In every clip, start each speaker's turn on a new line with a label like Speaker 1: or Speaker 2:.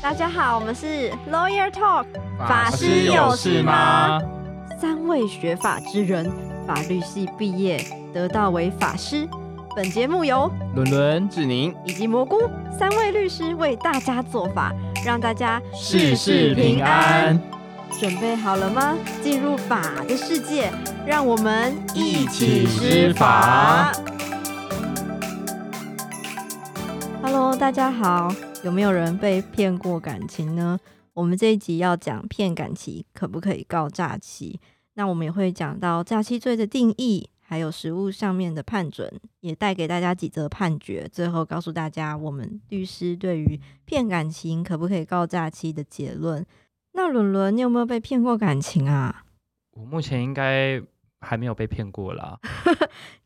Speaker 1: 大家好，我们是 Lawyer Talk 法
Speaker 2: 师有事吗？
Speaker 1: 三位学法之人，法律系毕业，得到为法师。本节目由
Speaker 2: 伦伦、志宁，
Speaker 1: 以及蘑菇三位律师为大家做法，让大家
Speaker 2: 事事平安。
Speaker 1: 准备好了吗？进入法的世界，让我们
Speaker 2: 一起施法。
Speaker 1: Hello，大家好，有没有人被骗过感情呢？我们这一集要讲骗感情可不可以告诈欺？那我们也会讲到诈欺罪的定义，还有实务上面的判准，也带给大家几则判决，最后告诉大家我们律师对于骗感情可不可以告诈欺的结论。那伦伦，你有没有被骗过感情啊？
Speaker 2: 我目前应该还没有被骗过啦，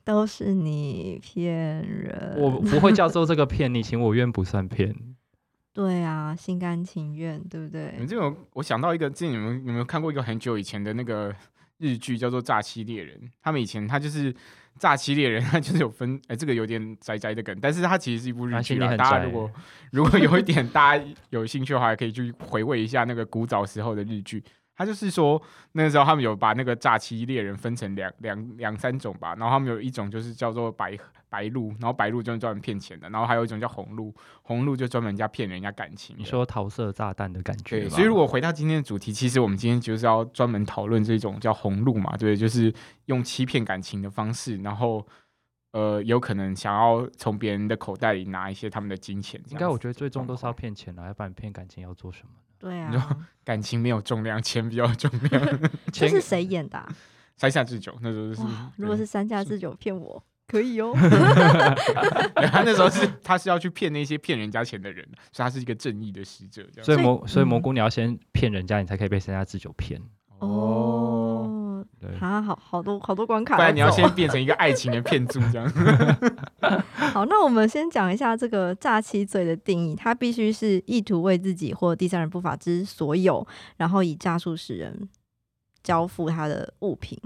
Speaker 1: 都是你骗人。
Speaker 2: 我不会叫做这个骗你情我愿不算骗。
Speaker 1: 对啊，心甘情愿，对不对
Speaker 3: 你们？这种，我想到一个，这你们有没有看过一个很久以前的那个日剧，叫做《诈欺猎人》？他们以前他就是《诈欺猎人》，他就是有分，哎、这个有点宅宅的梗，但是它其实是一部日
Speaker 2: 啊心
Speaker 3: 剧
Speaker 2: 里
Speaker 3: 啦。
Speaker 2: 很
Speaker 3: 大
Speaker 2: 宅
Speaker 3: 家如果如果有一点大家有兴趣的话，也可以去回味一下那个古早时候的日剧。他就是说，那时候他们有把那个诈欺猎人分成两两两三种吧，然后他们有一种就是叫做白白鹿，然后白鹿就是专门骗钱的，然后还有一种叫红鹿，红鹿就专门人家骗人家感情的。
Speaker 2: 你说桃色炸弹的感觉
Speaker 3: 对，
Speaker 2: 吧，
Speaker 3: 所以如果回到今天的主题，其实我们今天就是要专门讨论这种叫红路嘛，对，就是用欺骗感情的方式，然后呃，有可能想要从别人的口袋里拿一些他们的金钱这样子。
Speaker 2: 应该我觉得最终都是要骗钱啦，要不然骗感情要做什么？
Speaker 1: 对
Speaker 3: 你说
Speaker 1: 啊，
Speaker 3: 感情没有重量，钱比较重量。
Speaker 1: 这
Speaker 2: 钱
Speaker 1: 是谁演的啊、
Speaker 3: 山下智久那时候就是
Speaker 1: 哇，，如果是三下智久骗我，可以哦。
Speaker 3: 对他那时候是他是要去骗那些骗人家钱的人，所以他是一个正义的使者这样。
Speaker 2: 所以
Speaker 1: 所以
Speaker 2: 蘑所以
Speaker 1: 嗯
Speaker 2: 蘑菇你要先骗人家，你才可以被三家之久骗。
Speaker 3: 哦，
Speaker 1: 哦，
Speaker 2: 对，
Speaker 1: 啊，好好多好多关卡
Speaker 3: 不
Speaker 1: 要走。
Speaker 3: 然你要先变成一个爱情的骗子 这样。
Speaker 1: 好，那我们先讲一下这个诈欺罪的定义，它必须是意图为自己或第三人不法之所有，然后以诈术使人交付他的物品，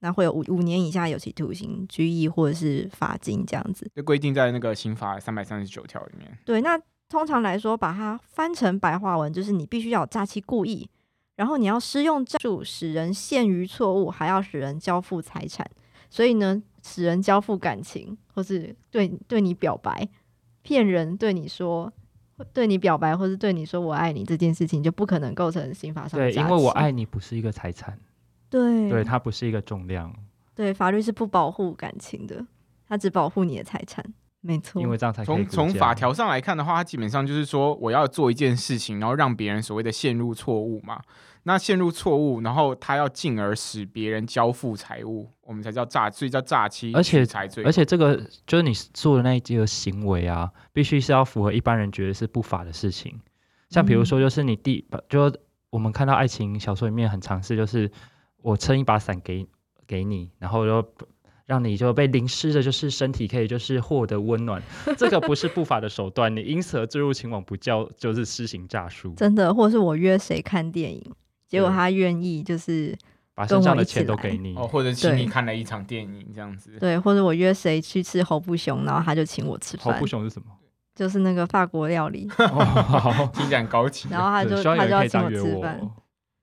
Speaker 1: 那会有五五年以下有期徒刑、拘役或者是罚金这样子。
Speaker 3: 就规定在那个刑法三百三十九条里面。
Speaker 1: 对，那通常来说，把它翻成白话文就是你必须要有诈欺故意，然后你要施用诈术使人陷于错误，还要使人交付财产，所以呢，使人交付感情，或是对对你表白，骗人对你说。对你表白，或是对你说“我爱你”这件事情，就不可能构成刑法上的
Speaker 2: 对，因
Speaker 1: 诈
Speaker 2: 为我
Speaker 1: 欺
Speaker 2: 爱你不是一个财产，
Speaker 1: 对
Speaker 2: 对，它不是一个重量，
Speaker 1: 对法律是不保护感情的，它只保护你的财产，没错。
Speaker 2: 因为这样才可以啊
Speaker 3: 从
Speaker 2: 估
Speaker 3: 从
Speaker 2: 价
Speaker 3: 法条上来看的话，它基本上就是说，我要做一件事情，然后让别人所谓的陷入错误嘛。那陷入错误，然后他要进而使别人交付财物，我们才叫诈，所以叫诈欺
Speaker 2: 而且
Speaker 3: 取财罪。
Speaker 2: 而且这个就是你做的那一个行为啊，必须是要符合一般人觉得是不法的事情。像比如
Speaker 1: 嗯
Speaker 2: 说，就是你第，就我们看到爱情小说里面很尝试，就是我撑一把伞给给你，然后就让你就被淋湿的，就是身体可以就是获得 温暖，这个不是不法的手段，你因此而坠入情网，不叫就是施行诈术，
Speaker 1: 真的，或者是我约谁看电影，结果
Speaker 2: 对
Speaker 1: 他愿意，就是
Speaker 2: 把
Speaker 1: 跟
Speaker 2: 身
Speaker 1: 我
Speaker 2: 上
Speaker 1: 一
Speaker 2: 的
Speaker 1: 起
Speaker 2: 钱都
Speaker 1: 来
Speaker 2: 给你。
Speaker 3: 哦，或者请
Speaker 1: 对
Speaker 3: 你看了一场电影这样子。
Speaker 1: 对，或者我约谁去吃侯不熊，然后他就请我吃
Speaker 2: 好
Speaker 1: 饭
Speaker 2: 不，熊是 什么？
Speaker 1: 就是那个法国料 理，
Speaker 2: 哦，好，
Speaker 3: 听起来很高级。
Speaker 1: 然后他
Speaker 2: 对
Speaker 1: 就
Speaker 2: 希望有
Speaker 1: 他就
Speaker 2: 人
Speaker 1: 要
Speaker 2: 可以这
Speaker 1: 请
Speaker 2: 样约哦
Speaker 1: 吃饭，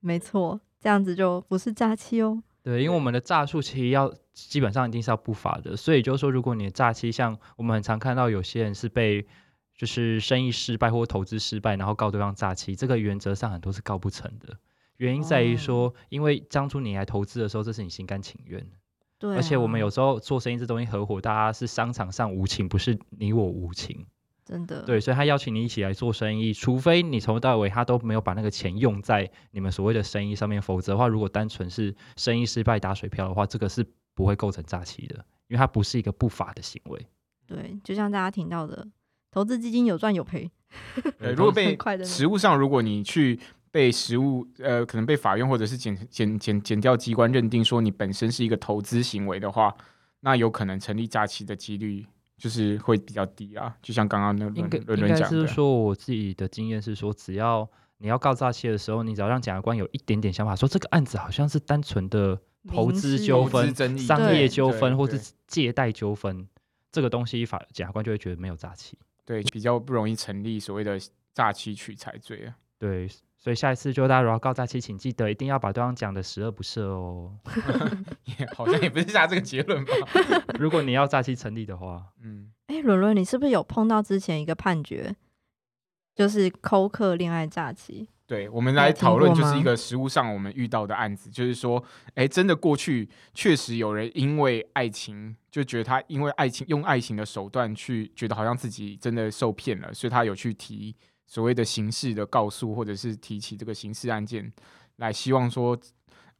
Speaker 1: 没错，这样子就不是诈欺哦。
Speaker 2: 对，因为我们的诈术其实要基本上一定是要不法的，所以就是说，如果你的诈欺像我们很常看到有些人是被就是生意失败或投资失败，然后告对方诈欺，这个原则上很多是告不成的。原因在于说，
Speaker 1: 哦
Speaker 2: 因为当初你来投资的时候，这是你心甘情愿的，
Speaker 1: 对啊、
Speaker 2: 而且我们有时候做生意这东西合伙，大家是商场上无情，不是你我无情。
Speaker 1: 真的
Speaker 2: 对，所以他邀请你一起来做生意，除非你从头到尾他都没有把那个钱用在你们所谓的生意上面，否则的话，如果单纯是生意失败打水漂的话，这个是不会构成诈欺的，因为它不是一个不法的行为。
Speaker 1: 对，就像大家听到的，投资基金有赚有赔，
Speaker 3: 对，
Speaker 2: 嗯
Speaker 3: 如果
Speaker 1: 很
Speaker 3: 被
Speaker 1: 快的那
Speaker 3: 实物上，如果你去被实物呃，可能被法院或者是检检检检调机关认定说你本身是一个投资行为的话，那有可能成立诈欺的几率就是会比较低啊。就像刚刚那
Speaker 2: 应
Speaker 3: 伦
Speaker 2: 该
Speaker 3: 伦
Speaker 2: 应
Speaker 3: 伦
Speaker 2: 该
Speaker 3: 讲啊
Speaker 2: 是
Speaker 3: 的，
Speaker 2: 说，我自己的经验是说，只要你要告诈欺的时候，你只要让检察官有一点点想法，说这个案子好像是单纯的投
Speaker 1: 民
Speaker 2: 资
Speaker 1: 事
Speaker 2: 纠
Speaker 3: 投资
Speaker 2: 纷
Speaker 3: 争议
Speaker 2: 商
Speaker 1: 对
Speaker 2: 业纠纷
Speaker 3: 对
Speaker 2: 或
Speaker 3: 对
Speaker 2: 是借贷纠纷，这个东西法检察官就会觉得没有诈欺。
Speaker 3: 对比较不容易成立所谓的诈欺取财罪啊。
Speaker 2: 对，所以下一次就大家如果要告诈欺，请记得一定要把对方讲的十恶不赦哦。
Speaker 3: 也好像也不是下这个结论吧。
Speaker 2: 如果你要诈欺成立的话，
Speaker 3: 嗯，
Speaker 1: 哎，伦伦，你是不是有碰到之前一个判决，就是扣客恋爱诈欺？
Speaker 3: 对，我们
Speaker 1: 有
Speaker 3: 来
Speaker 1: 听
Speaker 3: 讨论
Speaker 1: 过
Speaker 3: 就是一
Speaker 1: 吗
Speaker 3: 个实物上我们遇到的案子，就是说，哎，真的过去确实有人因为爱情就觉得他因为爱情用爱情的手段去觉得好像自己真的受骗了，所以他有去提所谓的刑事的告诉，或者是提起这个刑事案件来，希望说，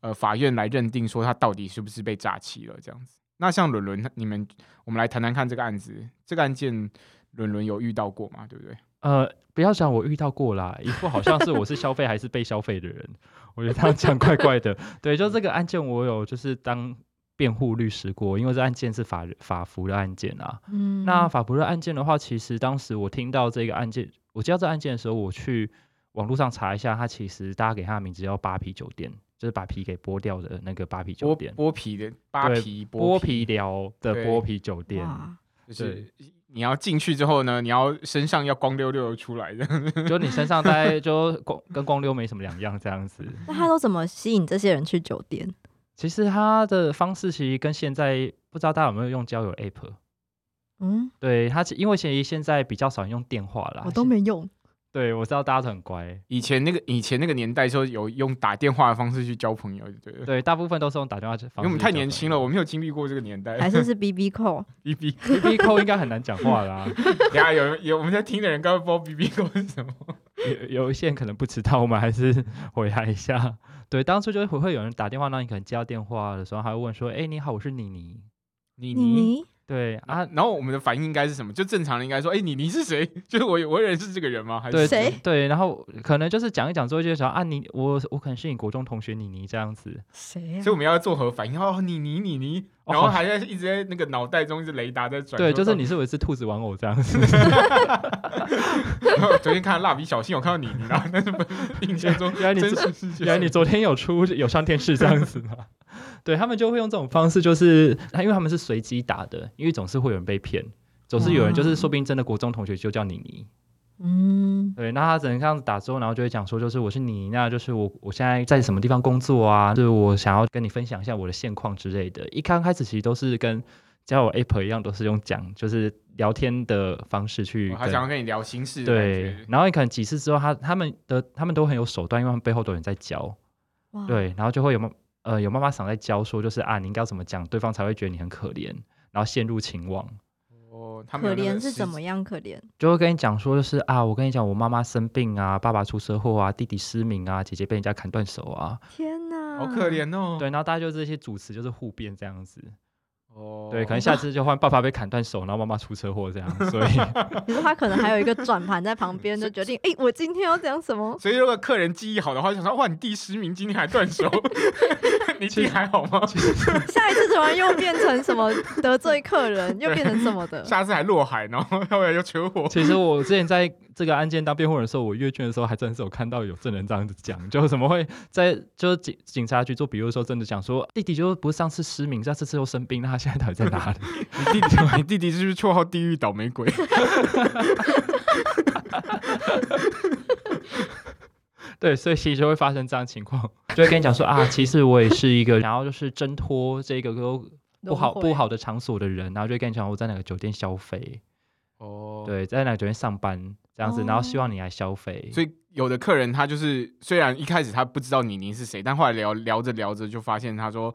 Speaker 3: 呃，法院来认定说他到底是不是被诈欺了这样子。那像伦伦，你们我们来谈谈看这个案子，这个案件伦伦有遇到过吗？对不对？
Speaker 2: 呃，不要讲我遇到过啦，一副好像是我是消费还是被消费的人，我觉得他讲怪怪的。对，就这个案件，我有就是当辩护律师过，因为这案件是法法服的案件啊。
Speaker 1: 嗯，
Speaker 2: 那法不热案件的话，其实当时我听到这个案件，我接到这案件的时候，我去网络上查一下，它其实大家给它的名字叫扒皮酒店，就是把皮给剥掉的那个扒皮酒
Speaker 3: 剥
Speaker 2: 店，
Speaker 3: 剥皮的扒
Speaker 2: 对
Speaker 3: 皮
Speaker 2: 剥皮疗的
Speaker 3: 对
Speaker 2: 剥皮酒店，
Speaker 1: 哇，
Speaker 3: 就是你要进去之后呢，你要身上要光溜溜的出来的。
Speaker 2: 就你身上大概就光跟光溜没什么两样这样子。
Speaker 1: 那他都怎么吸引这些人去酒店？
Speaker 2: 其实它的方式其实跟现在不知道大家有没有用交友 app，
Speaker 1: 嗯，
Speaker 2: 对它其因为其实现在比较少人用电话啦，
Speaker 1: 我都没 用。
Speaker 2: 对我知道大家都很乖，
Speaker 3: 以前那个以前那个年代，说有用打电话的方式去交朋友，对了。
Speaker 2: 对大部分都是用打电话去，
Speaker 3: 因为我们太年轻了，我没有经历过这个年代
Speaker 1: 还。是是 B B 扣，
Speaker 3: B B，
Speaker 2: B B 扣应该很难讲话啦，
Speaker 3: 等一下有人有我们在听的人，刚刚不知道 B B 扣是什么。
Speaker 2: 有有一些人可能不知道，我们还是回来一下。 对，当初就是会会有人打电话，让你可能接到电话的时候，还会问说：“哎、你好，我是妮 妮。
Speaker 3: 妮
Speaker 1: 妮
Speaker 3: 妮
Speaker 1: 妮，
Speaker 2: 对
Speaker 3: 啊
Speaker 2: 啊，，
Speaker 3: 然后我们的反应应该是什么？就正常人应该说，哎，妮妮是谁？ 就是我我认识这个人吗？还是
Speaker 2: 对
Speaker 1: 谁
Speaker 2: 对，然后可能就是讲一讲之后就想啊，你我我可能是你国中同学妮妮这样子。
Speaker 1: 谁啊呀
Speaker 3: 所以？我们要做何反应？哦，妮妮妮妮，
Speaker 2: 哦
Speaker 3: 然后
Speaker 2: 好
Speaker 3: 还在一直在那个脑袋中一直雷达在转。
Speaker 2: 对，
Speaker 3: 说
Speaker 2: 就是
Speaker 3: 到
Speaker 2: 你是我一只兔子玩偶这样子。
Speaker 3: 哦昨天看《蜡笔小新》，我看到你，你然后但是不 印象中
Speaker 2: 哎原来你
Speaker 3: 真实世界
Speaker 2: 原来你昨天有出有上电视这样子吗？ 对他们就会用这种方式，就是啊因为他们是随机打的，因为总是会有人被骗，总是有人就是说不定真的国中同学就叫妮妮。
Speaker 1: 嗯，
Speaker 2: 对，那他只能这样子打之后，然后就会讲说，就是我是你，那就是我，我现在在什么地方工作啊？就是我想要跟你分享一下我的现况之类的。一刚开始其实都是跟交友 app 一样，都是用讲就是聊天的方式去
Speaker 3: 我
Speaker 2: 跟、
Speaker 3: 还想要哦跟你聊心事的感
Speaker 2: 对
Speaker 3: 觉，，
Speaker 2: 然后你可能几次之后，他他们的他们都很有手段，因为他们背后都有人在教，
Speaker 1: 哇，
Speaker 2: 对，然后就会有妈呃有妈妈想在教说，就是啊你应该要怎么讲，对方才会觉得你很可怜，然后陷入情网。
Speaker 3: 哦，他们
Speaker 1: 可
Speaker 3: 有那个
Speaker 1: 怜是
Speaker 3: 实
Speaker 1: 怎么样可怜？
Speaker 2: 就会跟你讲说，就是啊，我跟你讲，我妈妈生病啊，爸爸出车祸啊，弟弟失明啊，姐姐被人家砍断手啊，
Speaker 1: 天哪，
Speaker 3: 好可。怜哦。
Speaker 2: 对，然后大家就这些主词就是互辩这样子，
Speaker 3: 哦，
Speaker 2: 对，可能下次就换爸爸被砍断手，然后妈妈出车祸这样，所以
Speaker 1: 你说他可能还有一个转盘在旁 边，就决定，哎，我今天要讲什么？
Speaker 3: 所以如果客人记忆好的话，就想说哇，你弟失明，今天还断 手， 你弟还好吗？
Speaker 1: 下一次突然又变成 什么得罪客人，又变成什么的？
Speaker 3: 下次还落海，然后后来又车祸。
Speaker 2: 其实我之前在这个案件当辩护人的时候，我阅卷的时候还真是有看到有证人这样子讲，就怎么会在就是警警察局做笔录的时候，真的讲说弟弟就是不是上次失明，上次次又生病，那他现在到底在哪里？
Speaker 3: 你 弟弟，你弟弟是不是绰号地狱倒霉鬼？
Speaker 2: 对，所以其实就会发生这样的情况，就会跟你讲说啊，其实我也是一个，然后就是挣脱这个都不好
Speaker 1: 轮回
Speaker 2: 不，好的场所的人，然后就会跟你讲我在哪个酒店消费，
Speaker 3: 哦，。
Speaker 2: 对，在哪个酒店上班这样子，然后希
Speaker 1: 哦
Speaker 2: 望你来消费。
Speaker 3: 所
Speaker 2: 以
Speaker 3: 以有的客人他就是，虽然一开始他不知道妮妮是谁，但后来聊聊着聊着就发现，他说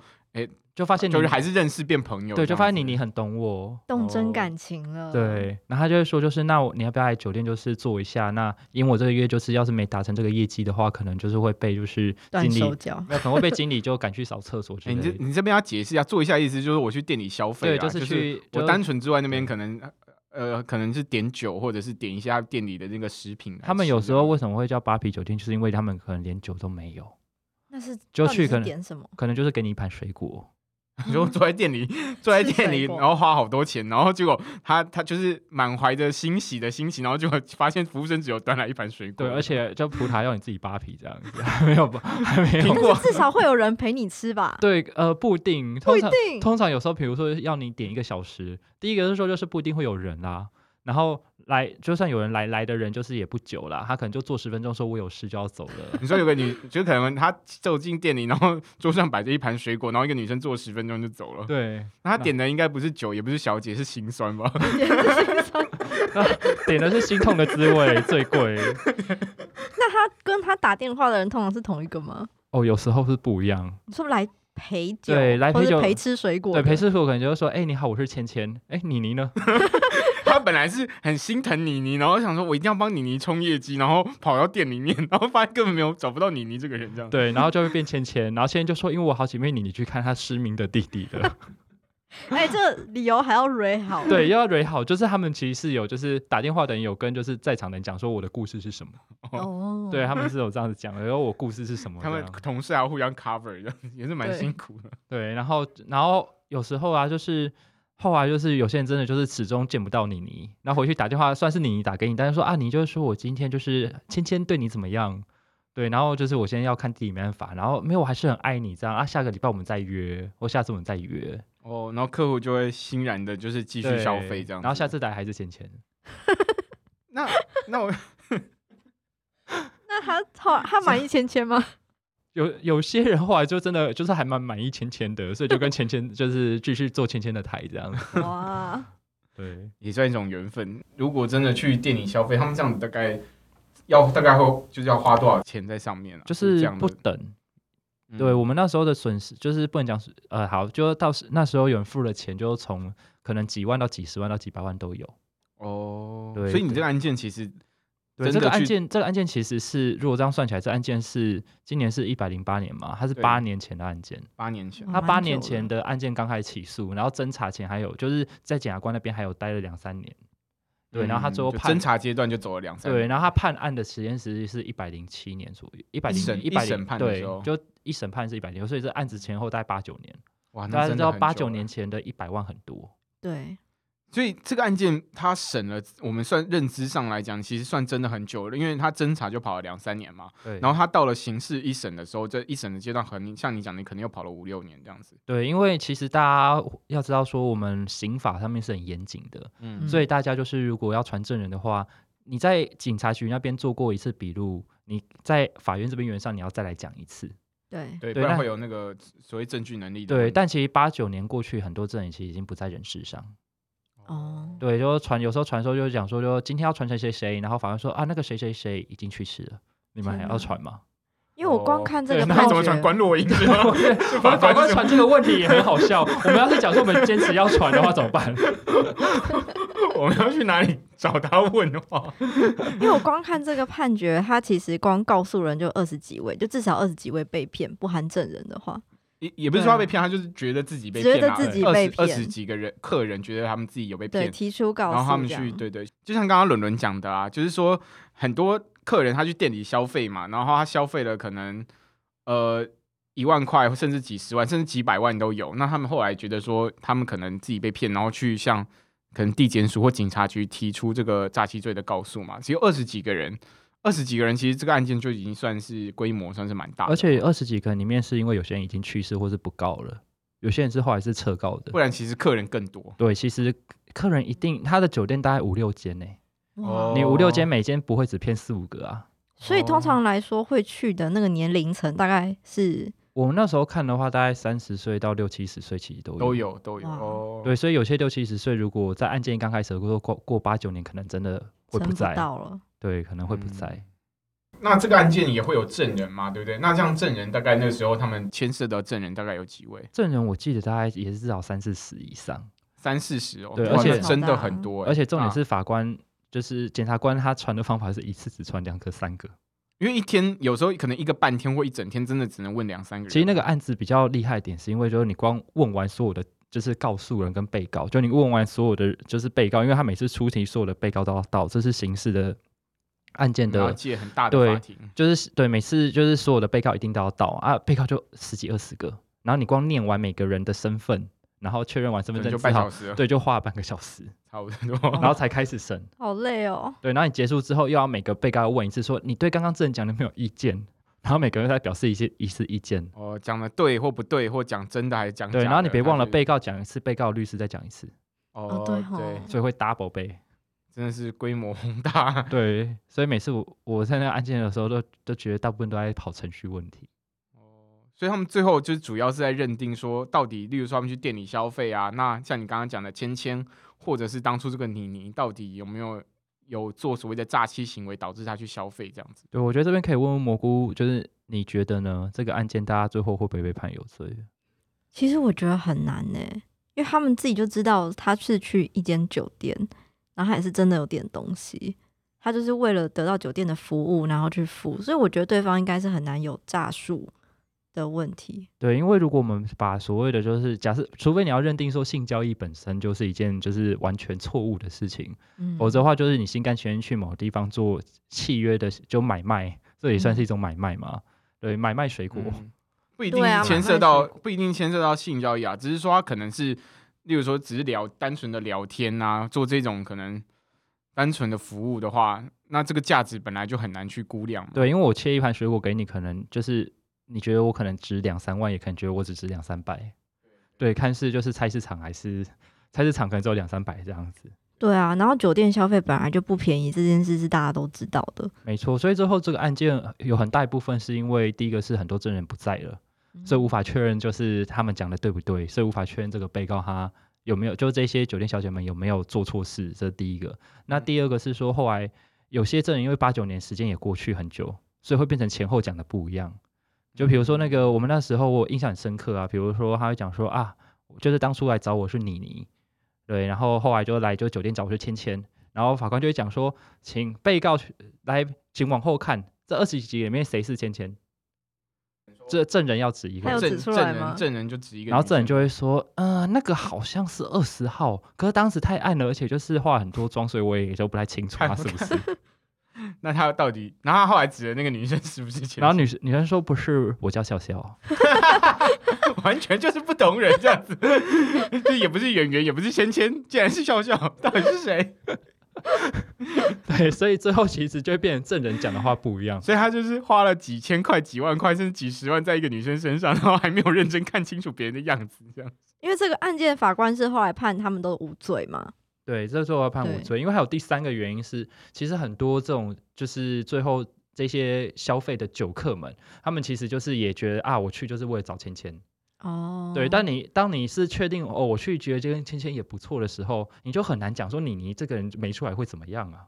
Speaker 2: 就发现你
Speaker 3: 就是还是认识变朋友这样子。
Speaker 2: 对，就发现你你很懂我。
Speaker 1: 动真感情了。，
Speaker 2: 哦对，然后他就会说，就是那我你要不要来酒店，就是做一下？那因为我这个月就是要是没达成这个业绩的话，可能就是会被就是经
Speaker 1: 断
Speaker 2: 理
Speaker 1: 手，脚。
Speaker 2: 没有可能会被经理就赶去扫厕所之
Speaker 3: 欸、你
Speaker 2: 类
Speaker 3: 这
Speaker 2: 的。
Speaker 3: 你这边要解释一下，做一下意思就是我去店里消费啊
Speaker 2: 对，
Speaker 3: 啦，
Speaker 2: 啊就去
Speaker 3: 我
Speaker 2: 就
Speaker 3: 单纯之外那边可能呃可能是点酒或者是点一下店里的那个食品来吃。
Speaker 2: 他们有时候为什么会叫扒皮酒店，就是因为他们可能连酒都没有。
Speaker 1: 那是
Speaker 2: 就
Speaker 1: 到底
Speaker 2: 去
Speaker 1: 是
Speaker 2: 可能
Speaker 1: 点什么？
Speaker 2: 可能就是给你一盘水果，
Speaker 3: 你说坐在 店里坐在店里，
Speaker 1: 水果
Speaker 3: 然后花好多钱，然后结果他他就是满怀着欣喜的心情，然后结果发现服务生只有端来一盘水果，
Speaker 2: 对，而且就葡萄要你自己扒皮这样子，还没有吧，还没有
Speaker 3: 苹果
Speaker 1: 但是至少会有人陪你吃吧？
Speaker 2: 对，呃，布丁
Speaker 1: 不
Speaker 2: 通
Speaker 1: 一
Speaker 2: 常
Speaker 1: 定。
Speaker 2: 通常有时候，比如说要你点一个小时，第一个是说就是布丁会有人啦、啊然后来，就算有人来，来的人就是也不久啦，他可能就坐十分钟，说我有事就要走了。
Speaker 3: 你说有个女，就可能她走进店里，然后桌上摆着一盘水果，然后一个女生坐十分钟就走了。
Speaker 2: 对，
Speaker 3: 那她点的应该不是酒，也不是小姐，是心酸吧？
Speaker 2: 点的是心痛的滋味，最贵。
Speaker 1: 那他跟他打电话的人通常是同一个吗？
Speaker 2: 哦，有时候是不一样。
Speaker 1: 你说来陪酒，
Speaker 2: 对来
Speaker 1: 或
Speaker 2: 陪
Speaker 1: 是
Speaker 2: 酒
Speaker 1: 陪吃水果
Speaker 2: 对，
Speaker 1: 的，
Speaker 2: 陪师傅可能就会说，哎、你好，我是芊芊，哎、妮妮呢？
Speaker 3: 她本来是很心疼妮妮，然后想说我一定要帮妮妮冲业绩，然后跑到店里面，然后发现根本没有找不到妮妮这个人，这样。
Speaker 2: 对，然后就会变芊芊，然后芊芊就说，因为我好姐妹妮妮去看她失明的 弟弟了。
Speaker 1: 哎、这个理由还要蕊好，
Speaker 2: 对，要蕊好，就是他们其实是有，就是打电话的人有跟就是在场的人讲说我的故事是什么，
Speaker 1: 哦，
Speaker 2: 对他们是有这样子讲的，然后我故事是什么这
Speaker 3: 嗯他
Speaker 2: 样，
Speaker 3: 们同事还要互相 cover，这样也是蛮
Speaker 1: 对
Speaker 3: 辛苦的。
Speaker 2: 对，然后然后有时候啊，就是后来就是有些人真的就是始终见不到妮妮，然后回去打电话，算是妮妮打给你，但是说啊，你就是说我今天就是芊芊对你怎么样？对，然后就是我现在要看弟弟没办法，然后没有，我还是很爱你这样啊。下个礼拜我们再约，或下次我们再约，
Speaker 3: 哦，然后客户就会欣然的，就是继续
Speaker 2: 对
Speaker 3: 消费这样
Speaker 2: 然
Speaker 3: 子。
Speaker 2: 后下次来还是芊芊，
Speaker 3: 那那我
Speaker 1: 那他他他满意芊芊吗？
Speaker 2: 有有些人后来就真的就是还蛮满意芊芊的，所以就跟芊芊就是继续做芊芊的台这 样。
Speaker 1: 哇，
Speaker 2: 对，
Speaker 3: 也算一种缘分。如果真的去店里消费，他们这样子大概要大概会就是要花多少钱在上面啊？
Speaker 2: 就
Speaker 3: 这
Speaker 2: 是
Speaker 3: 样的
Speaker 2: 不等。
Speaker 3: 嗯
Speaker 2: 对我们那时候的损失就是不能讲损，呃，好，就到时那时候有人付了钱，就从可能几万到几十万到几百万都有。
Speaker 3: 哦，
Speaker 2: 对
Speaker 3: 所以你这
Speaker 2: 对
Speaker 3: 个案件其实
Speaker 2: 对，
Speaker 3: 真
Speaker 2: 这
Speaker 3: 的
Speaker 2: 个案
Speaker 3: 去
Speaker 2: 件，这个案件其实是，如果这样算起来，这案件是今年是一百零八年嘛，它是
Speaker 3: 对
Speaker 2: 八年前的案件。
Speaker 3: 八年前
Speaker 1: 嗯
Speaker 2: 他
Speaker 1: 蛮
Speaker 2: 八
Speaker 1: 久
Speaker 2: 年前
Speaker 1: 了
Speaker 2: 的案件刚开始起诉，然后侦查前还有就是在检察官那边还有待了两三年。对，然后他最后
Speaker 3: 嗯就
Speaker 2: 判
Speaker 3: 侦查阶段就走了两三
Speaker 2: 对，
Speaker 3: 年，
Speaker 2: 然后他判案的时间时是一百零七年左右，一百零
Speaker 3: 审
Speaker 2: 一百
Speaker 3: 一审
Speaker 2: 零
Speaker 3: 判的
Speaker 2: 对
Speaker 3: 时候，
Speaker 2: 就一审判是一百零，所以这案子前后大概八九年，
Speaker 3: 哇，那
Speaker 2: 大家
Speaker 3: 真
Speaker 2: 知
Speaker 3: 的
Speaker 2: 道
Speaker 3: 很
Speaker 2: 八
Speaker 3: 久
Speaker 2: 九
Speaker 3: 了
Speaker 2: 年。前的一百万很多，
Speaker 1: 对，
Speaker 3: 所以这个案件他审了，我们算认知上来讲，其实算真的很久了，因为他侦查就跑了两三年嘛，
Speaker 2: 对，
Speaker 3: 然后他到了刑事一审的时候，这一审的阶段很像你讲的，可能又跑了五六年这样子。
Speaker 2: 对，因为其实大家要知道说，我们刑法上面是很严谨的，
Speaker 3: 嗯
Speaker 2: 所以大家就是如果要传证人的话，你在警察局那边做过一次笔录，你在法院这边原上你要再来讲一次，
Speaker 1: 对，
Speaker 3: 对，不
Speaker 2: 对
Speaker 3: 然
Speaker 2: 那
Speaker 3: 会有那个所谓证据能力的问
Speaker 2: 对，
Speaker 3: 题。
Speaker 2: 但其实八九年过去，很多证人其实已经不在人世上。
Speaker 1: 哦，
Speaker 2: 对，就传有时候传说就是讲说，就今天要传谁谁谁，然后法官说啊，那个谁谁谁已经去世了，你们还
Speaker 1: 天
Speaker 2: 要
Speaker 1: 哪
Speaker 2: 传吗？
Speaker 1: 因为我光看这个
Speaker 3: 哦对那
Speaker 1: 判
Speaker 3: 怎么
Speaker 1: 决
Speaker 3: 传，关落音？
Speaker 2: 法
Speaker 3: 法
Speaker 2: 官
Speaker 3: 官
Speaker 2: 传这个问题也很好笑。我们要是讲说我们坚持要传的话怎么办？
Speaker 3: 我们要去哪里找他问的话？
Speaker 1: 因为我光看这个判决，他其实光告诉人就二十几位，就至少二十几位被骗，不含证人的话，
Speaker 3: 也也不是说他被骗，他就是觉得自己被
Speaker 1: 觉
Speaker 3: 骗
Speaker 1: 得
Speaker 3: 啊，
Speaker 1: 自己
Speaker 3: 二
Speaker 1: 被
Speaker 3: 十二
Speaker 1: 骗
Speaker 3: 十几个人客人觉得他们自己有被
Speaker 1: 对，
Speaker 3: 骗，
Speaker 1: 提出告诉
Speaker 3: 然
Speaker 1: 这样，
Speaker 3: 后他们去对对，就像刚刚伦伦讲的啊，就是说很多客人他去店里消费嘛，然后他消费了可能呃一万块，甚至几十万，甚至几百万都有。那他们后来觉得说他们可能自己被骗，然后去向可能地检署或警察局提出这个诈欺罪的告诉嘛。只有二十几个人，二十几个人，其实这个案件就已经算是规模算是蛮大的，
Speaker 2: 而且二十几个里面是因为有些人已经去世或是不告了，有些人是后来是撤告的
Speaker 3: 不。然其实客人更多。
Speaker 2: 对，其实客人一定他的酒店大概五六间呢、
Speaker 1: 哇，
Speaker 2: 你
Speaker 3: 哦
Speaker 2: 五六间每间不会只骗四五个啊。
Speaker 1: 所以通常来说会去的那个年龄层大概是
Speaker 2: 我们那时候看的话，大概三十岁到六七十岁其实都有
Speaker 3: 都有都有
Speaker 1: 哇
Speaker 3: 哦，
Speaker 2: 对，所以有些六七十岁，如果在案件刚开始的过过过八九年，可能真的会
Speaker 1: 撑
Speaker 2: 不
Speaker 1: 不
Speaker 2: 在，
Speaker 1: 到了，
Speaker 2: 对，可能会不
Speaker 3: 嗯
Speaker 2: 在。
Speaker 3: 那这个案件也会有证人嘛，对不对？那这样证人大概那个时候他们牵涉的证人大概有几位？
Speaker 2: 证人我记得大概也是至少三四十以上，
Speaker 3: 三四十哦，
Speaker 2: 对
Speaker 3: 哇
Speaker 2: 而且哦
Speaker 3: 那真的很多欸、
Speaker 2: 而且重点
Speaker 3: 啊
Speaker 2: 是法官、就是检察官他传的方法是一次只传两个三个。
Speaker 3: 因为一天有时候可能一个半天或一整天，真的只能问两三个人。
Speaker 2: 其实那个案子比较厉害一点，是因为就是你光问完所有的就是告诉人跟被告，就你问完所有的就是被告，因为他每次出庭所有的被告都要到，这是刑事的案件
Speaker 3: 然后
Speaker 2: 的。
Speaker 3: 借很大的
Speaker 2: 对
Speaker 3: 法庭，
Speaker 2: 就是对，每次就是所有的被告一定都要到啊，被告就十几二十个，然后你光念完每个人的身份，然后确认完身
Speaker 3: 可
Speaker 2: 份
Speaker 3: 能
Speaker 2: 证
Speaker 3: 就
Speaker 2: 之
Speaker 3: 半小
Speaker 2: 后，
Speaker 3: 时了，
Speaker 2: 对，就花了半个小 时，
Speaker 3: 差不多。
Speaker 2: 然后才开始审。
Speaker 1: 好累哦。
Speaker 2: 对，然后你结束之后又要每个被告问一次说你对刚刚证人讲的有没有意见，然后每个人再表示一些一次意见。
Speaker 3: 哦，讲的对或不对，或讲真的还是嗯讲假的
Speaker 2: 对，然后你别忘了
Speaker 3: 他就
Speaker 2: 被告讲一次，被告律师再讲一次，
Speaker 3: 哦
Speaker 1: 哦对吼
Speaker 3: 对
Speaker 2: 所以会 double 背。
Speaker 3: 真的是规模宏大。
Speaker 2: 对，所以每次我我在那个案件的时候都，都觉得大部分都在跑程序问题。
Speaker 3: 所以他们最后就是主要是在认定说，到底，例如说他们去店里消费啊，那像你刚刚讲的芊芊，或者是当初这个妮妮，到底有没有有做所谓的诈欺行为，导致他去消费这样子？
Speaker 2: 对，我觉得这边可以问问蘑菇，就是你觉得呢？这个案件大家最后会不会被判有罪？
Speaker 1: 其实我觉得很难呢、因为他们自己就知道他是去一间酒店，然后他也是真的有点东西，他就是为了得到酒店的服务，然后去付，所以我觉得对方应该是很难有诈术的问题。
Speaker 2: 对，因为如果我们把所谓的就是假设，除非你要认定说性交易本身就是一件就是完全错误的事情，
Speaker 1: 嗯，
Speaker 2: 否则的话就是你心甘情愿去某地方做契约的就买卖，这也算是一种买卖嘛？对，买卖水果。
Speaker 3: 嗯不一定
Speaker 1: 对啊
Speaker 3: 牵涉到、
Speaker 1: 买卖水
Speaker 3: 不一定牵涉到性交易啊，只是说他可能是，例如说只是聊单纯的聊天啊，做这种可能单纯的服务的话，那这个价值本来就很难去估量嘛。
Speaker 2: 对，因为我切一盘水果给你，可能就是你觉得我可能值两三万，也可能觉得我只值两三百。对，看是就是菜市场还是菜市场可能只有两三百这样子。
Speaker 1: 对啊，然后酒店消费本来就不便宜，这件事是大家都知道的。
Speaker 2: 没错，所以最后这个案件有很大一部分是因为第一个是很多证人不在了，所以无法确认就是他们讲的对不对，所以无法确认这个被告他有没有就这些酒店小姐们有没有做错事，这是第一个。那第二个是说后来有些证人因为八九年时间也过去很久，所以会变成前后讲的不一样。就比如说那个我们那时候我印象很深刻啊，比如说他会讲说啊，就是当初来找我是妮妮，对，然后后来就来就酒店找我是芊芊，然后法官就会讲说，请被告去来，请往后看这二十几集里面谁是芊芊，这证人要指一
Speaker 1: 还
Speaker 2: 个
Speaker 1: 有。
Speaker 3: 证
Speaker 1: 指出
Speaker 3: 证
Speaker 1: 来吗
Speaker 3: 人证人就指一个女生，
Speaker 2: 然后证人就会说，呃，那个好像是二十号，可是当时太暗了，而且就是化很多妆，所以我也就不太清楚啊他是不是。
Speaker 3: 那他到底，然后他后来指的那个女生是不是前？
Speaker 2: 然后女女生说不是，我叫笑笑。啊
Speaker 3: 完全就是不同人这样子， 这也不是演员，也不是芊芊，竟然是笑 笑，到底是谁？
Speaker 2: 对，所以最后其实就会变成证人讲的话不一样。
Speaker 3: 所以他就是花了几千块、几万块，甚至几十万在一个女生身上，然后还没有认真看清楚别人的样子，这样。
Speaker 1: 因为这个案件法官是后来判他们都无罪嘛，
Speaker 2: 对，这最后要判无罪，因为还有第三个原因是，其实很多这种就是最后这些消费的酒客们，他们其实就是也觉得啊，我去就是为了找芊芊。
Speaker 1: 哦，
Speaker 2: 对，但你当你是确定哦，我去觉得这跟芊芊也不错的时候，你就很难讲说你你这个人没出来会怎么样啊，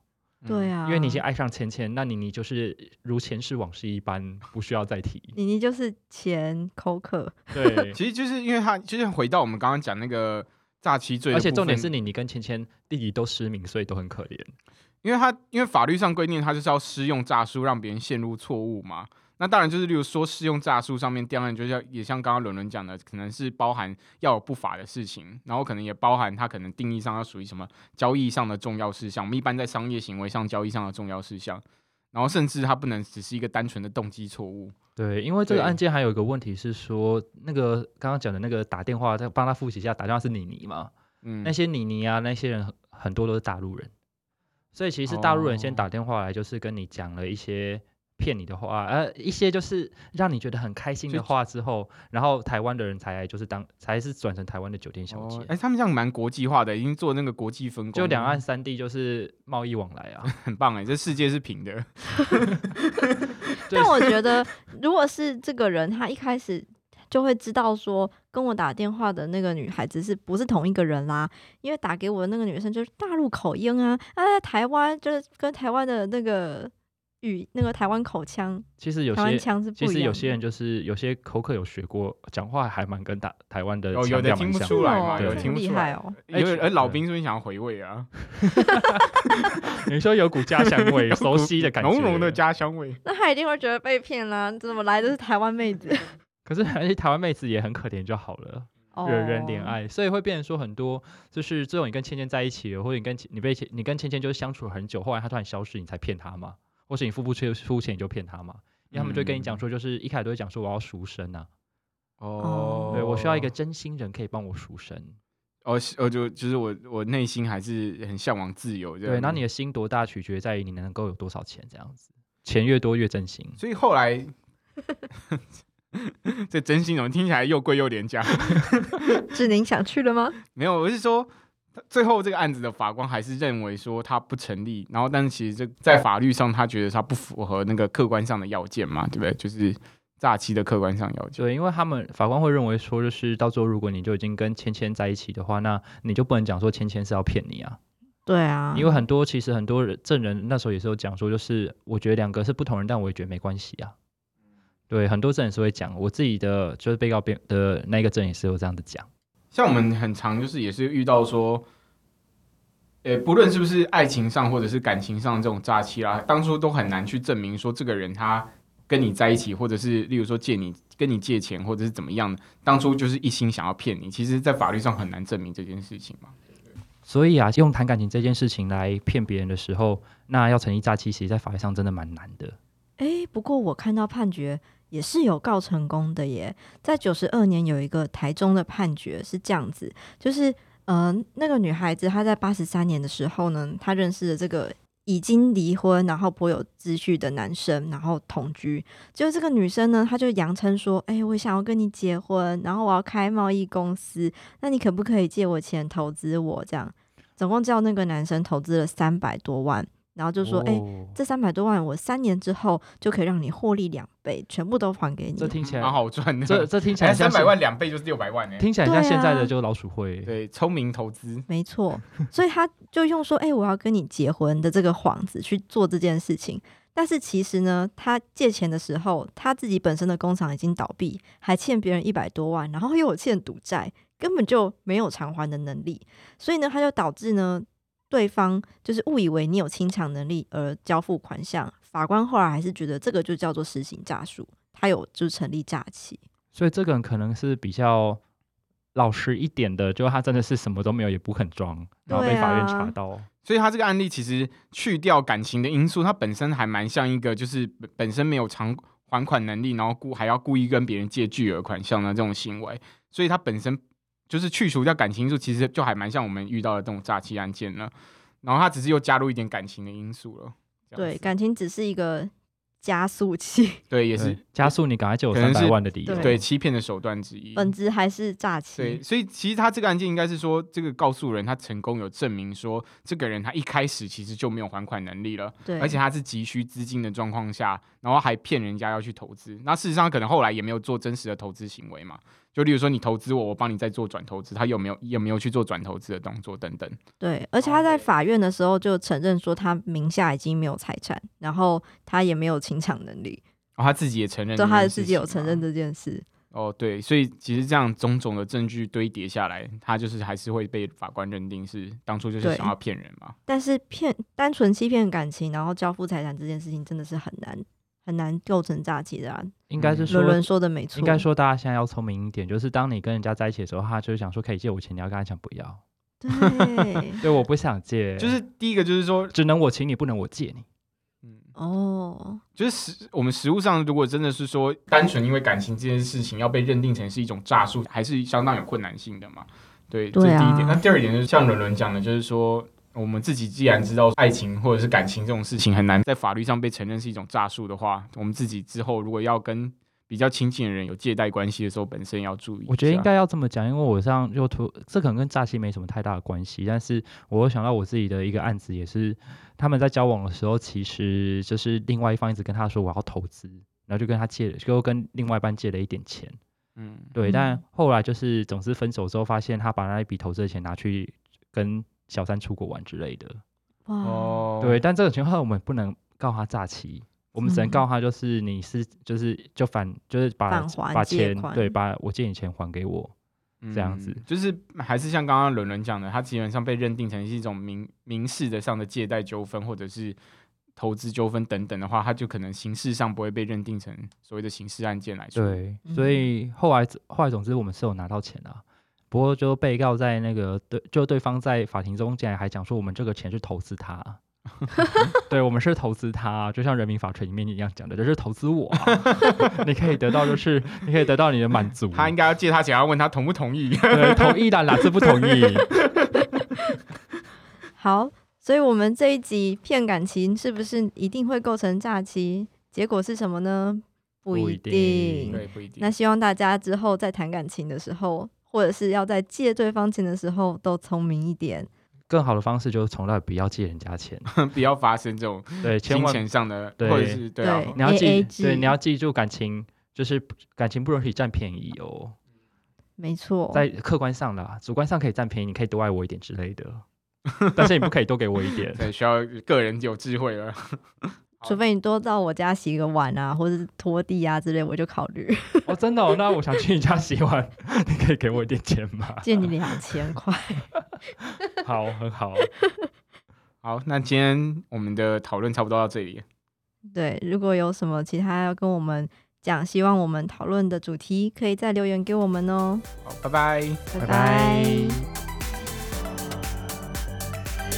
Speaker 1: 对啊，
Speaker 2: 因为你已经爱上芊芊，那你你就是如前世往事一般，不需要再提。
Speaker 1: 妮妮就是前口渴，
Speaker 2: 对，
Speaker 3: 其实就是因为他，就是回到我们刚刚讲那个诈欺罪的
Speaker 2: 而
Speaker 3: 部分，
Speaker 2: 且重点是你你跟芊芊弟弟都失明，所以都很可怜。
Speaker 3: 因为他因为法律上规定他就是要施用诈术让别人陷入错误嘛。那当然就是，例如说施用诈术上面，当然就像也像刚刚伦伦讲的，可能是包含要有不法的事情，然后可能也包含他可能定义上要属于什么交易上的重要事项，我们一般在商业行为上交易上的重要事项，然后甚至他不能只是一个单纯的动机错误。
Speaker 2: 对，因为这个
Speaker 3: 对
Speaker 2: 案件还有一个问题是说，那个刚刚讲的那个打电话，再帮他复习一下，打电话是妮妮嘛？
Speaker 3: 嗯
Speaker 2: 那，些妮妮啊，那些人很很多都是大陆人，所以其实大陆人
Speaker 3: 哦
Speaker 2: 先打电话来，就是跟你讲了一些骗你的话，呃，一些就是让你觉得很开心的
Speaker 3: 就
Speaker 2: 话之后，然后台湾的人才就是当才是转成台湾的酒店小姐
Speaker 3: 哦，哎、，他们这样蛮国际化的，已经做那个国际分工，
Speaker 2: 就两岸三地就是贸易往 来啊。
Speaker 3: 很棒哎，这世界是平的。
Speaker 2: 对
Speaker 1: 但我 觉得如果是这个人，他一开始就会知道说跟我打电话的那个女孩子是不是同一个人啦，因为打给我的那个女生就是大陆口音啊，她在台湾就是跟台湾的那个语那个台湾口腔、
Speaker 2: 其实有
Speaker 1: 台湾
Speaker 2: 些。
Speaker 1: 腔是不一
Speaker 2: 其
Speaker 1: 样的。
Speaker 2: 实有些人就是有些口渴有学过，讲话还蛮跟打台湾的
Speaker 3: 有哦有
Speaker 2: 腔
Speaker 3: 的
Speaker 2: 调
Speaker 3: 听
Speaker 2: 蛮
Speaker 3: 不
Speaker 2: 像
Speaker 3: 出来嘛
Speaker 1: 哦
Speaker 2: 有
Speaker 1: 这
Speaker 3: 听
Speaker 1: 么
Speaker 3: 不
Speaker 1: 厉
Speaker 3: 出
Speaker 1: 害
Speaker 3: 来
Speaker 1: 哦。
Speaker 3: 因为
Speaker 2: 哎
Speaker 3: 而老兵是不是想要回味啊？，
Speaker 2: 你说有股家乡味 熟悉的感觉，
Speaker 3: 浓浓的。家乡味。
Speaker 1: 那他一定会觉得被骗啦，怎么来的是台湾妹子？
Speaker 2: 可是而且台湾妹子也很可怜就好了，
Speaker 1: 哦
Speaker 2: 惹人怜。 爱，所以会变成说很多就是最后你跟芊芊在一起了，或者你跟芊你被芊你跟芊芊就是相处了很久，后来她突然消失，你才骗她嘛，或是你付不出出钱你就骗她嘛。因为他们
Speaker 3: 嗯
Speaker 2: 就会跟你讲说，就是一开始都会讲说我要赎身啊，
Speaker 1: 哦
Speaker 2: 对我需要一个真心人可以帮我赎身，
Speaker 3: 哦，是哦，就就是我我内心还是很向往自由这样。
Speaker 2: 对，然后你，的心多大取决在于你能够有多少钱这样子，钱越多越真心。
Speaker 3: 所以后来 这真心怎么听起来又贵又廉价？
Speaker 1: 志宁想去了吗？
Speaker 3: 没有，我是说他最后这个案子的法官还是认为说他不成立，然后但是其实这在法律上他觉得他不符合那个客观上的要件嘛，对不对？就是诈欺的客观上要件。
Speaker 2: 对，因为他们法官会认为说，就是到最后如果你就已经跟芊芊在一起的话，那你就不能讲说芊芊是要骗你啊，
Speaker 1: 对啊，
Speaker 2: 因为很多其实很多人证人那时候也是有讲说，就是我觉得两个是不同人，但我也觉得没关系啊。对，很多证人是会讲，我自己的就是被告辩的那个证也是有这样子讲。
Speaker 3: 像我们很常就是也是遇到说，呃，不论是不是爱情上或者是感情上这种诈欺啦，当初都很难去证明说这个人他跟你在一起，或者是例如说借你跟你借钱，或者是怎么样的，当初就是一心想要骗你，其实，在法律上很难证明这件事情嘛。
Speaker 2: 所以啊，用谈感情这件事情来骗别人的时候，那要成立诈欺，其实在法律上真的蛮难的。
Speaker 1: 诶，不过我看到判决也是有告成功的耶，在九十二年有一个台中的判决是这样子，就是呃，那个女孩子她在八十三年的时候呢，她认识了这个已经离婚然后颇有积蓄的男生，然后同居。结果这个女生呢，她就扬称说：“诶，我想要跟你结婚，然后我要开贸易公司，那你可不可以借我钱投资我？”这样，总共叫那个男生投资了三百多万，然后就说：“诶。
Speaker 2: 哦
Speaker 1: 这三百多万，我三年之后就可以让你获利两倍，全部都还给你
Speaker 2: 这。听起来，
Speaker 3: 蛮好赚的，
Speaker 2: 这这听起来
Speaker 3: 哦哎，
Speaker 2: 像
Speaker 3: 三
Speaker 2: 是
Speaker 3: 百万两倍就是六百万呢、欸
Speaker 2: 听起来像
Speaker 1: 对啊
Speaker 2: 现在的就是老鼠会、
Speaker 3: 对，聪明投资，
Speaker 1: 没错，所以他就用说：“哎、我要跟你结婚”的这个幌子去做这件事情。但是其实呢，他借钱的时候，他自己本身的工厂已经倒闭，还欠别人一百多万，然后又有欠赌债，根本就没有偿还的能力。所以呢，他就导致呢，对方就是误以为你有清偿能力而交付款项。法官后来还是觉得这个就叫做实行诈术，他有就成立诈欺。
Speaker 2: 所以这个人可能是比较老实一点的，就他真的是什么都没有，也不肯装，然后被
Speaker 1: 对啊
Speaker 2: 法院查到。
Speaker 3: 所以他这个案例其实去掉感情的因素，他本身还蛮像一个就是本本身没有偿还款能力，然后故还要故意跟别人借巨额款项的这种行为，所以他本身就是去除掉感情因素，其实就还蛮像我们遇到的这种诈欺案件了。然后他只是又加入一点感情的因素了，这样
Speaker 1: 对，
Speaker 3: 子嗯
Speaker 1: 感情只是一个加速器，
Speaker 3: 对
Speaker 2: 也
Speaker 3: 也是
Speaker 2: 加速你赶快借我
Speaker 3: 可能
Speaker 2: 三
Speaker 3: 是
Speaker 2: 百万的理由。
Speaker 1: 对
Speaker 3: 对欺骗的手段之一。
Speaker 1: 本质还是诈
Speaker 3: 对，
Speaker 1: 欺。
Speaker 3: 所以其实他这个案件应该是说，这个告诉人他成功有证明说，这个人他一开始其实就没有还款能力了，
Speaker 1: 对，
Speaker 3: 而且他是急需资金的状况下，然后还骗人家要去投资。那事实上，可能后来也没有做真实的投资行为嘛。就例如说，你投资我，我帮你再做转投资，他有没有有没有去做转投资的动作等等。
Speaker 1: 对，而且
Speaker 3: 哦
Speaker 1: 他在法院的时候就承认说他名下已经没有财产，然后他也没有清偿能力，
Speaker 3: 然、哦后他自己也承认，
Speaker 1: 就他自己有
Speaker 3: 啊
Speaker 1: 承认。这件事。
Speaker 3: 哦，对，所以其实这样种种的证据堆叠下来，他就是还是会被法官认定是当初就是
Speaker 1: 对
Speaker 3: 想要骗人嘛。
Speaker 1: 但是骗单纯欺骗感情，然后交付财产这件事情真的是很难很难构成诈欺的啊。
Speaker 2: 应该是
Speaker 3: 嗯
Speaker 2: 说
Speaker 1: 伦，伦说的没错，
Speaker 2: 应该说大家现在要聪明一点，就是当你跟人家在一起的时候，他就是想说可以借我钱，你要跟他讲不要，
Speaker 1: 对
Speaker 2: 对，我不想借，
Speaker 3: 就是第一个就是说，
Speaker 2: 只能我请你，不能我借你。
Speaker 3: 嗯，
Speaker 1: 哦，
Speaker 3: 就是实我们实物上，如果真的是说单纯因为感情这件事情要被认定成是一种诈术，还是相当有困难性的嘛。对，
Speaker 1: 对啊
Speaker 3: 这第一点。那第二点就是像伦伦讲的，就是说我们自己既然知道爱情或者是感情这种事情很难在法律上被承认是一种诈术的话，我们自己之后如果要跟比较亲近的人有借贷关系的时候，本身要注意一下。
Speaker 2: 我觉
Speaker 1: 啊
Speaker 2: 得应该要这么讲，因为我上就突这可能跟诈欺没什么太大的关系，但是我又想到我自己的一个案子，也是他们在交往的时候，其实就是另外一方一直跟他说我要投资，然后就跟他借了，就跟另外一半借了一点钱，
Speaker 3: 嗯，
Speaker 2: 对，但
Speaker 1: 嗯
Speaker 2: 后来就是总之分手之后，发现他把那一笔投资的钱拿去跟小三出国玩之类的，
Speaker 1: 哇，
Speaker 3: 哦，
Speaker 2: 对，，但这种情况我们不能告他诈欺。我们只能
Speaker 1: 嗯
Speaker 2: 告他，就是你是就是就返就是把
Speaker 1: 返还
Speaker 2: 把
Speaker 1: 借
Speaker 2: 钱
Speaker 1: 款
Speaker 2: 对把我借你钱还给我，这样子
Speaker 3: 嗯就是还是像刚刚伦伦讲的，他基本上被认定成是一种民民事的上的借贷纠纷或者是投资纠纷等等的话，他就可能刑事上不会被认定成所谓的刑事案件来说。，
Speaker 2: 对，所以后来后来总之我们是有拿到钱啊，不过就被告在那个对，就对方在法庭中竟然还讲说我们这个钱是投资他 啊。对，我们是投资他，啊就像《人民法锤》里面一样讲的，这是投资我啊、 你可以得到就是你可以得到你的满足，
Speaker 3: 他应该要借他钱，要问他同不同意。
Speaker 2: 对同意的，哪次不同意？
Speaker 1: 好，所以我们这一集骗感情是不是一定会构成诈欺？结果是什么呢？不
Speaker 2: 不
Speaker 1: 一
Speaker 2: 一定
Speaker 1: 定
Speaker 3: 对，不一定
Speaker 1: 那。希望大家之后在谈感情的时候，或者是要在借对方钱的时候都聪明一点。
Speaker 2: 更好的方式就是从来不要借人家钱，
Speaker 3: 不要发生这种
Speaker 2: 对，千
Speaker 3: 金
Speaker 2: 万
Speaker 3: 钱上的，
Speaker 2: 对
Speaker 3: 或者是对啊，
Speaker 1: 对
Speaker 2: 你要记
Speaker 1: AA 制
Speaker 2: 对，你要记住感情就是感情不容许占便宜哦，
Speaker 1: 没错，
Speaker 2: 在客观上啦，主观上可以占便宜，你可以多爱我一点之类的，但是你不可以多给我一点。
Speaker 3: 对，需要个人有智慧了。
Speaker 1: 除非你多到我家洗个碗啊，或者是拖地啊之类，我就考虑
Speaker 2: 哦，真的哦，那我想去你家洗碗， 你可以给我一点钱 吗？
Speaker 1: 借你两 千块。
Speaker 2: 好，很好。
Speaker 3: 好，那今天我们的讨论差不多到这里。
Speaker 1: 对，如果有什么其他要跟我们讲，希望我们讨论的主题，可以再留言给我们哦。
Speaker 3: 好，拜拜。
Speaker 1: 拜
Speaker 2: 拜
Speaker 1: 拜。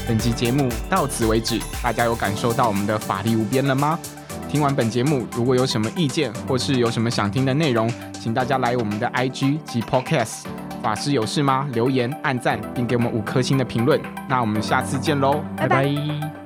Speaker 3: 本集节目到此为止，大家有感受到我们的法力无边了吗？听完本节目，如果有什么意见或是有什么想听的内容，请大家来我们的 IG 及 Podcast《法师有事吗》留言、按赞，并给我们五颗星的评论。那我们下次见喽，
Speaker 1: 拜拜
Speaker 3: 拜